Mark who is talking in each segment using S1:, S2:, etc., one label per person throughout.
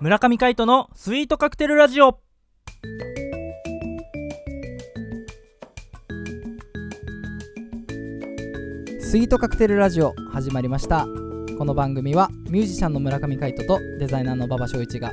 S1: 村上海人のスイートカクテルラジオ
S2: スイートカクテルラジオ始まりましたこの番組はミュージシャンの村上海人とデザイナーの馬場翔一が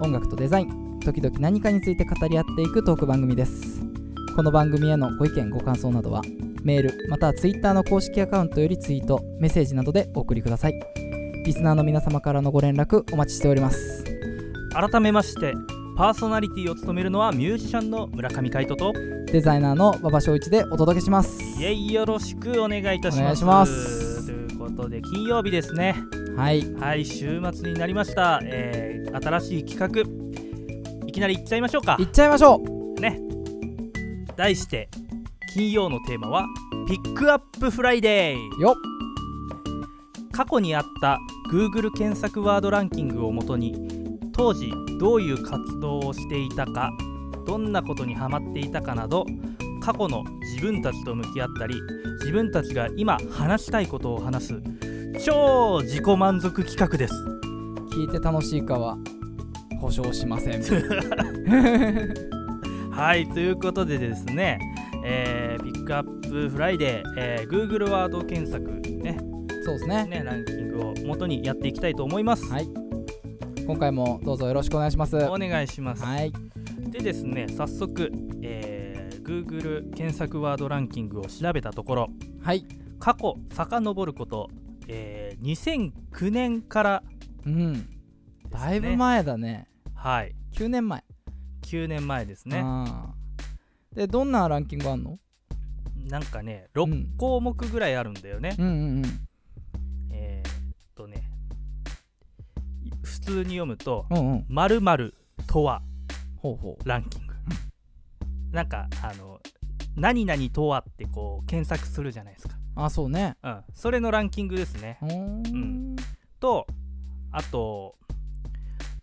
S2: 音楽とデザイン時々何かについて語り合っていくトーク番組ですこの番組へのご意見ご感想などはメールまたはツイッターの公式アカウントよりツイートメッセージなどでお送りくださいリスナーの皆様からのご連絡お待ちしております
S1: 改めましてパーソナリティを務めるのはミュージシャンの村上海人と
S2: デザイナーの馬場翔一でお届けします
S1: イエイよろしくお願いいたし
S2: お願
S1: ま
S2: い
S1: す
S2: します
S1: ということで金曜日ですね
S2: はい
S1: はい週末になりました、えー新しい企画いきなりいっちゃいましょうか
S2: 行っちゃいましょ
S1: ね題して金曜のテーマはピックアップフライデー
S2: うよっ
S1: 過去にあった Google 検索ワードランキングをもとに当時どういう活動をしていたかどんなことにハマっていたかなど過去の自分たちと向き合ったり自分たちが今話したいことを話す超自己満足企画です
S2: 聞いて楽しいかは保証しません
S1: はいということでですね、えーピックアップフライデー、えー Google ワード検索、ね
S2: そうですね
S1: ね、ランキングを元にやっていきたいと思います、
S2: はい今回もどうぞよろしくお願いします
S1: お
S2: は
S1: 願いします、
S2: い
S1: でですね早速、えー Google 検索ワードランキングを調べたところ
S2: はい
S1: 過去遡ること、えー2009年から
S2: うん
S1: ですね
S2: だいぶ前だね
S1: はい
S2: 9年前
S1: 9年前ですね
S2: あーでどんなランキングあんの
S1: なんかね
S2: う
S1: 6
S2: ん
S1: 項目ぐらいあるんだよね、
S2: うんうんうん
S1: えーっとね普通に読むと
S2: うんうん
S1: 「まるとは
S2: ほうほ」
S1: ランキングなんかあの「何々とは」ってこう検索するじゃないですか、
S2: うあそうね
S1: うん、それのランキングですね
S2: うーん
S1: とあと、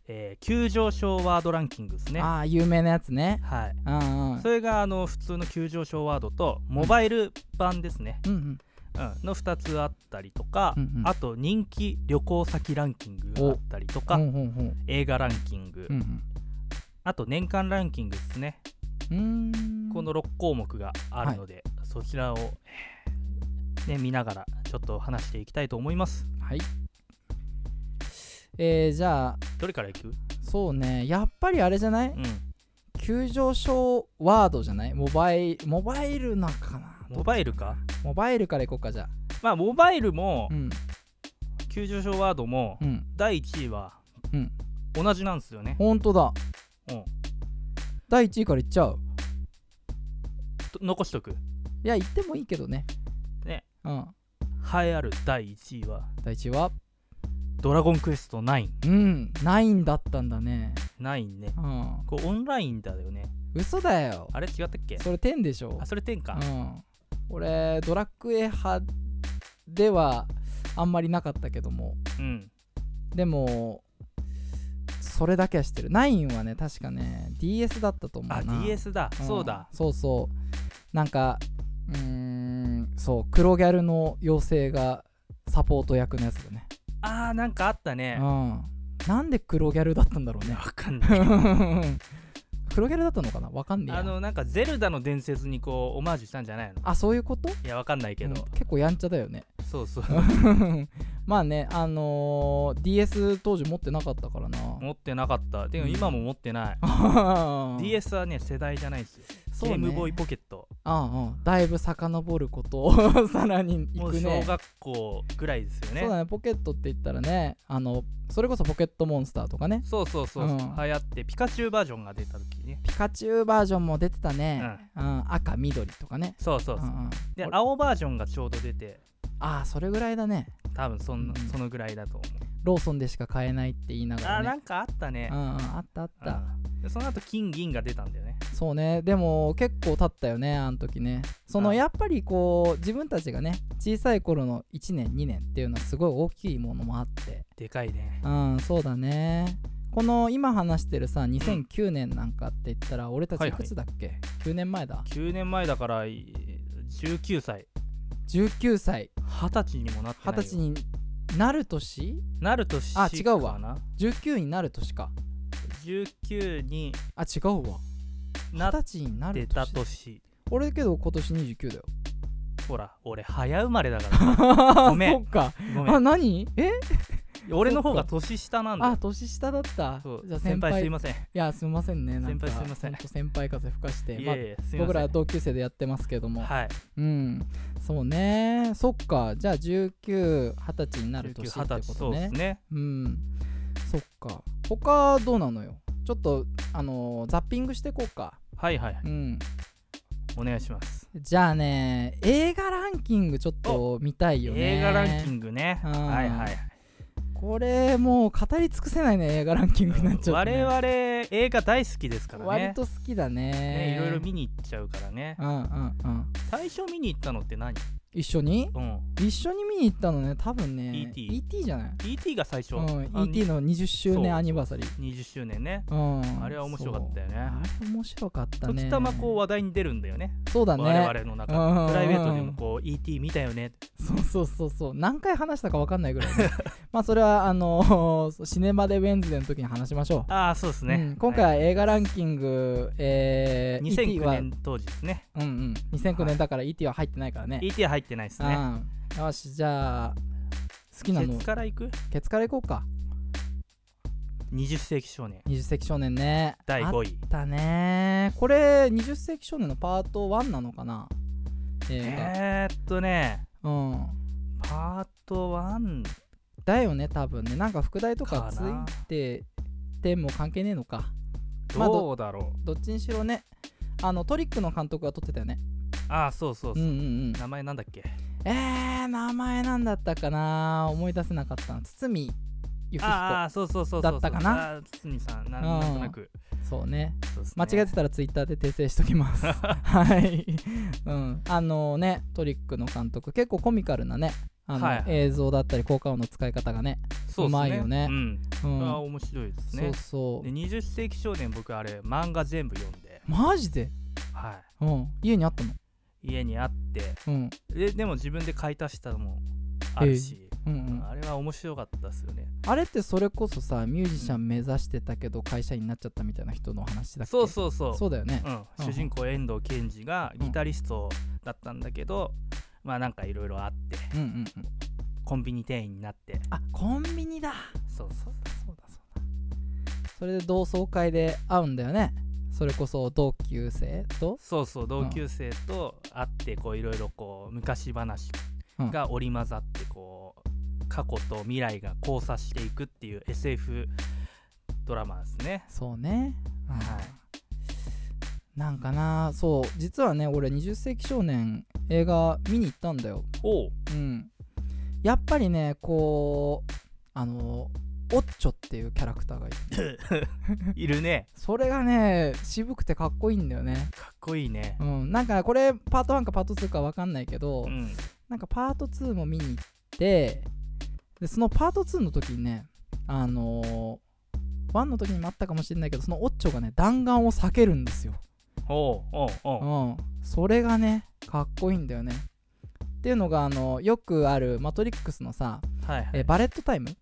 S1: えー急上昇ワードランキングですね。は
S2: ああ有名なやつね
S1: い、
S2: うんうん
S1: それがあの普通の急上昇ワードとモバイル版ですね、
S2: うんうん
S1: うん、の2つあったりとか、
S2: うんうん
S1: あと人気旅行先ランキングがあったりと
S2: ほ
S1: か、
S2: うほうほう
S1: 映画ランキング、
S2: うんうん
S1: あと年間ランキングですね
S2: うーん
S1: この6項目があるので、そちらを、えーね、見ながらちょっと話していきたいと思います。
S2: はいえー、じゃあ
S1: どれからいく、
S2: そうねやっぱりあれじゃない
S1: うん、
S2: 急上昇ワードじゃないモバイモバイルなかな
S1: モバイルか
S2: モバイルからいこうかじゃあ
S1: まあモバイルも
S2: うん
S1: 急上昇ワードも
S2: うん
S1: 第1位は
S2: うん
S1: 同じなんですよね、
S2: ほんとだ
S1: うん
S2: 第1位からいっちゃう
S1: と残しとく
S2: いや言ってもいいけどね
S1: ね
S2: うん
S1: 栄えある第1位は
S2: 第1位は
S1: 「ドラゴンクエスト9」
S2: うんないんだったんだね
S1: 9ね
S2: うん
S1: これオンラインだよね
S2: 嘘だよ
S1: あれ違ったっけ
S2: それ10でしょ
S1: あそれ10か、
S2: うん俺ドラクエ派ではあんまりなかったけども
S1: うん、
S2: でもそれだけは知ってる9はね確かね DS だったと思う
S1: あ
S2: な
S1: DS だ、
S2: ん
S1: そうだ
S2: そうそうなんかうーんそう黒ギャルの妖精がサポート役のやつだね
S1: あーなんかあったね
S2: う
S1: わ
S2: んなんで黒ギャルだったんだろうね
S1: かんない
S2: 黒ギャルだったのかなわかんねえ
S1: あ
S2: や
S1: のなんかゼルダの伝説にこうオマージュしたんじゃないの
S2: あそういうこと
S1: いやわかんないけど、
S2: うん結構やんちゃだよね
S1: そうそう
S2: まあねあのー DS 当時持ってなかったから な
S1: 持ってなかったでも今も持ってない、DS はね世代じゃないですよ、
S2: そう
S1: ゲ
S2: ね
S1: ームボーイポケット
S2: うんうんだいぶ遡ることを さらにい
S1: もう
S2: く
S1: 小
S2: ね
S1: 学校ぐらいですよね
S2: そうだねポケットって言ったらねあのそれこそポケットモンスターとかね
S1: そうそうそう、
S2: うん
S1: 流行ってピカチュウバージョンが出た時ね
S2: ピカチュウバージョンも出てたね、うん赤緑とかね
S1: そうそう
S2: う
S1: そ
S2: ん
S1: う、
S2: うん
S1: で
S2: 俺
S1: 青バージョンがちょうど出て
S2: ああそれぐらいだね
S1: 多分そんな、
S2: うん
S1: そのぐらいだと思う、
S2: ローソンでしか買えないって言いなが
S1: あ
S2: ら
S1: ーな
S2: ね
S1: んかあったね
S2: う、んうんあったあった
S1: うんでその後金銀が出たんだよね
S2: そうねでも結構経ったよねあの時ねその
S1: うん
S2: やっぱりこう自分たちがね小さい頃の1年2年っていうのはすごい大きいものもあって
S1: でかいね
S2: うんそうだねこの今話してるさ2009年なんかって言ったら俺たちいくつだっけ、9年前だ
S1: 9年前だからい19歳
S2: 19歳
S1: 20歳にもなって
S2: 二
S1: ないよ
S2: 十歳になる年
S1: なる年
S2: あ違うわ
S1: かな
S2: ?19 になる年か
S1: 19に
S2: あ違うわ
S1: な
S2: 二
S1: っ
S2: 十歳にな
S1: て
S2: る
S1: た
S2: 年
S1: 年
S2: 俺けど今年29だよ
S1: ほら俺早生まれだから ごめん
S2: そっか
S1: ごめ
S2: あ
S1: ん
S2: 何え
S1: 俺の方が年下なんだ
S2: あ
S1: よ
S2: 年下だった
S1: そう
S2: じゃあ
S1: 先
S2: 先
S1: 輩
S2: 輩
S1: すい
S2: い
S1: ません
S2: やすみませんねなんか
S1: 先輩すいません
S2: ほと先輩風吹かして
S1: い
S2: まあ
S1: やいやすいません
S2: 僕らは同級生でやってますけども、
S1: はい
S2: うんそうねそっかじゃあ1920歳になる年
S1: 19
S2: ってこ
S1: 二十歳そ
S2: と
S1: うで
S2: ね
S1: すね
S2: うんそっか他どうなのよちょっとあのーザッピングしてこうか
S1: はいはい
S2: うん
S1: お願いします
S2: じゃあね映画ランキングちょっと見たいよね
S1: 映画ランキ
S2: グ
S1: ングね
S2: うん
S1: はいはいはい
S2: これもう語り尽くせないね映画ランキングに なっちゃって、
S1: 我
S2: ね、
S1: 々映画大好きですからね
S2: 割と好きだね
S1: ねいろいろ見に行っちゃうからね
S2: うんうんうん
S1: 最初見に行ったのって何
S2: 一緒に
S1: うん
S2: 一緒に見に行ったのね多分ね
S1: ET
S2: ET じゃない
S1: ET が最初
S2: う
S1: あ
S2: ん、
S1: の
S2: ET の20周
S1: そう
S2: 年アニバーサリー
S1: 20周年ね
S2: うん、
S1: あれは面白かったよね
S2: そうあれ面白かったね
S1: 時たまこう話題に出るんだよね
S2: そうだね
S1: 我々の中
S2: うんうんうん
S1: プライベートでもこう ET 見たよね
S2: そうそうそうそう何回話したか分かんないぐらいね、 まあそれはあの シネマでウェンズデーの時に話しましょう
S1: ああそうですね、
S2: うん今回
S1: は
S2: は映画ランキング、え
S1: い
S2: ー、ET
S1: 2009
S2: は、
S1: 年当時ですね
S2: うんうん、2009年だから ET は入ってないからね、
S1: ET 入ってないですね
S2: うんよしじゃあ好きな
S1: ケ
S2: の
S1: ツから行く
S2: ケツからいこうか
S1: 20世紀少年
S2: 20世紀少年ね
S1: 第
S2: あっ
S1: 5位
S2: たねこれ20世紀少年のパート1なのかな映画、
S1: えー、っとね
S2: うん
S1: パート1
S2: だよね多分ねなんか副題とか
S1: か
S2: つ
S1: ない
S2: てても関係ねえのかまあど
S1: どうだろ
S2: どっちにしろねあのトリックの監督が撮ってたよね
S1: うああそうそう
S2: う
S1: そ
S2: ん
S1: う、
S2: うんうん
S1: 名前なんだっけ
S2: えー、名前なんだったかな思い出せなかったな堤幸
S1: あ
S2: 彦
S1: あそうそうそうそう
S2: だったかな
S1: あー堤さんな
S2: うん
S1: なんとなく
S2: そうね
S1: そうっすね
S2: 間違えてたらツイッターで訂正しと きますはい、うん、あのねトリックの監督結構コミカルなねあの、
S1: はい
S2: 映像だったり効果音の使い方がね、
S1: そうっす
S2: うまいよね
S1: うん、
S2: う
S1: あ
S2: ん
S1: あ面白いです
S2: そ
S1: ね
S2: うそう
S1: で20世紀少年僕あれ漫画全部読んで、
S2: マジで、
S1: は
S2: うん、家にあったの
S1: い、家にあって
S2: うん
S1: ででも自分で買い足したのもあるし、
S2: うんうん
S1: あれは面白かったですよね
S2: あれってそれこそさミュージシャン目指してたけど会社員になっちゃったみたいな人の話だっけ
S1: そうそうそう
S2: そうだよね
S1: うん、
S2: うん
S1: 主人公遠藤賢治が
S2: うん
S1: ギタリストだったんだけど、まあなんかいろいろあって
S2: うんうんうん
S1: コンビニ店員になって
S2: あコンビニだ
S1: そうそう
S2: そうだそうだそれで同窓会で会うんだよねそれこそ同級生と
S1: そうそう同級生と会ってこういろいろこう昔話が織り交ざってこう過去と未来が交差していくっていう SF ドラマですね
S2: そうねはい
S1: は
S2: なんかなそう実はね俺20世紀少年映画見に行ったんだよ
S1: おう
S2: うんやっぱりねこうあのオッチョっていうキャラクターがいる
S1: いるね
S2: それがね渋くてかっこいいんだよね
S1: かっこいいね
S2: うん、なんかこれパート1かパート2か分かんないけど、
S1: うん
S2: なんかパート2も見に行ってでそのパート2の時にねあのー、1の時にもあったかもしれないけどそのオッチョがね弾丸を避けるんですよ、
S1: おうおうお
S2: う、
S1: うん
S2: それがねかっこいいんだよねっていうのがあのよくある「マトリックス」のさ、
S1: はいはい
S2: えバレットタイムって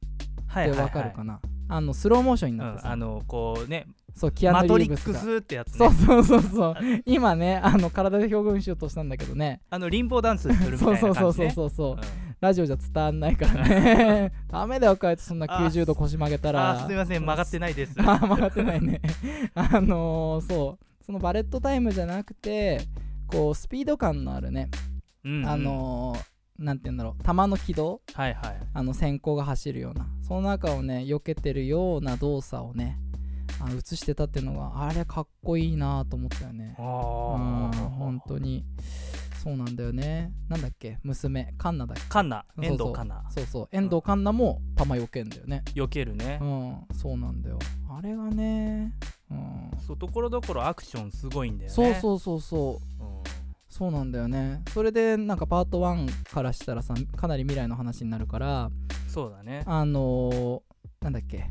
S1: はいはい
S2: わかるかな、あのスローモーションに
S1: う
S2: なっ
S1: ん
S2: て、さ、
S1: あのこうね
S2: そうキア
S1: マ
S2: ヌ・
S1: ト
S2: リ
S1: リ
S2: ーブ
S1: ッ
S2: ス
S1: ク
S2: が
S1: スってやつね
S2: そうそうそうそう今ねあの体で表現しようとしたんだけどね
S1: あのリンボーダンスするみたい
S2: そう
S1: な
S2: そ
S1: 感
S2: う
S1: じ、ね、
S2: そうそうそうそう、
S1: うん
S2: ラジオじゃ伝わんないか らねダメだよカイトそんな
S1: あ
S2: 90度腰曲げたら
S1: あーすみません曲がってないです
S2: あー曲がってないねあのー、そうそのバレットタイムじゃなくてこうスピード感のあるね、
S1: うんうん
S2: あのー、なんて言うんだろう弾の軌道
S1: はいはい
S2: あの先行が走るようなその中をね避けてるような動作をねあ映してたっていうのがあれかっこいいなと思ったよね
S1: あ
S2: うん
S1: ー
S2: 本当にそうなんだよねなんだっけ娘カンナだっけ
S1: カンナ
S2: そうそう
S1: 遠藤カンナ
S2: そうそう遠藤環奈も球よけんだよね
S1: 避けるね
S2: うんそうなんだよあれがねうん
S1: そうところどころアクションすごいんだよね
S2: そう
S1: う、
S2: そうそうそう
S1: うん
S2: そうなんだよねそれでなんかパート1からしたらさかなり未来の話になるから
S1: そうだね
S2: あのー、なんだっけ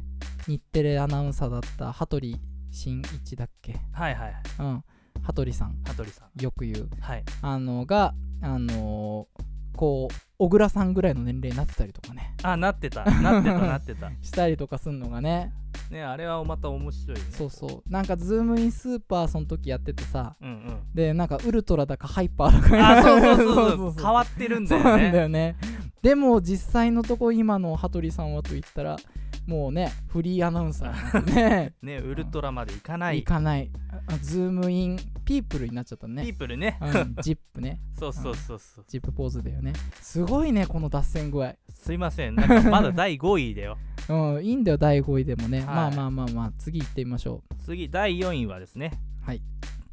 S2: 日テレアナウンサーだった羽鳥慎一だっけ
S1: はいはい
S2: うん羽鳥さん
S1: 羽鳥さん
S2: よく言う
S1: はい
S2: あのがあのーこう小倉さんぐらいの年齢になってたりとかね
S1: あなってたな ってたなってた
S2: したりとかすんのがね
S1: ねあれはまた面白いね
S2: そうそうなんかズームインスーパーその時やっててさ
S1: うんうん
S2: でなんかウルトラだかハイパーだか
S1: あそうそうそうそう
S2: そ
S1: 変
S2: う
S1: わってるんだ
S2: そう
S1: よ
S2: なん
S1: ね
S2: だよねでも実際のとこ今の羽鳥さんはと言ったらもうねフリーアナウンサーなんでね
S1: ねウルトラまでいかない
S2: 行かないあズームインピープルになっちゃった
S1: ピ
S2: ね
S1: ープルね
S2: うんジップね
S1: そうそうそうそう
S2: ジップポーズだよねすごいねこの脱線具合
S1: すいませんなんかまだ第5位だよ
S2: うんいいんだよ第5位でもね、
S1: い
S2: まあまあまあまあ次行ってみましょ
S1: 次第4位はですね
S2: はい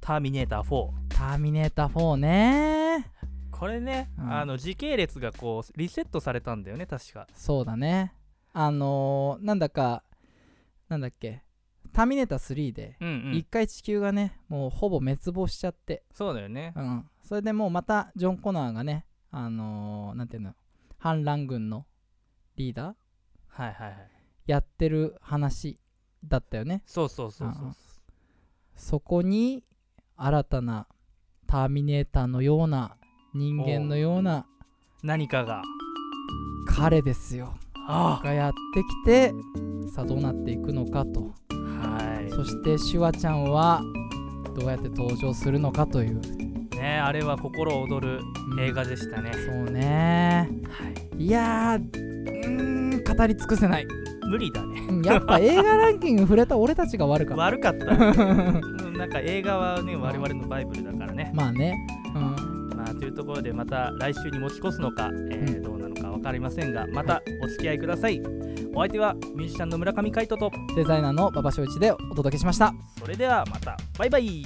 S1: ターミネーター4
S2: う「ターミネーター4ね」
S1: これね、
S2: うん
S1: あの時系列がこうリセットされたんだよね確か
S2: そうだねあのーなんだかなんだっけ「ターミネーター3」で
S1: うんうん
S2: 一回地球がねもうほぼ滅亡しちゃって、
S1: そうだよね
S2: うん、それでもうまたジョン・コナーがねあのーなんていうの反乱軍のリーダー
S1: はいはいはい
S2: やってる話だったよね
S1: そうそうそうそう
S2: うんそこに新たなターミネーターのような人間のような
S1: 何かが
S2: 彼ですよ
S1: あ
S2: がやってきてさあどうなっていくのかと
S1: あは
S2: そしてシュワちゃんはどうやって登場するのかという、
S1: いねあれは心躍る
S2: うん
S1: 映画でしたね、
S2: そうね
S1: はい、
S2: いやーうーん語り尽くせない
S1: 無理だね
S2: うんやっぱ映画ランキング触れた俺たちが悪か った
S1: 悪かった、 うんなんか映画はね我々のバイブルだからね、
S2: まあねうん
S1: まあ、というところでまた来週に持ち越すのか、えー
S2: うん
S1: どうなのか分かりませんがまたお付き合いくださいお相手はミュージシャンの村上海人と
S2: デザイナーの馬場翔一でお届けしました
S1: それではまたバイバイ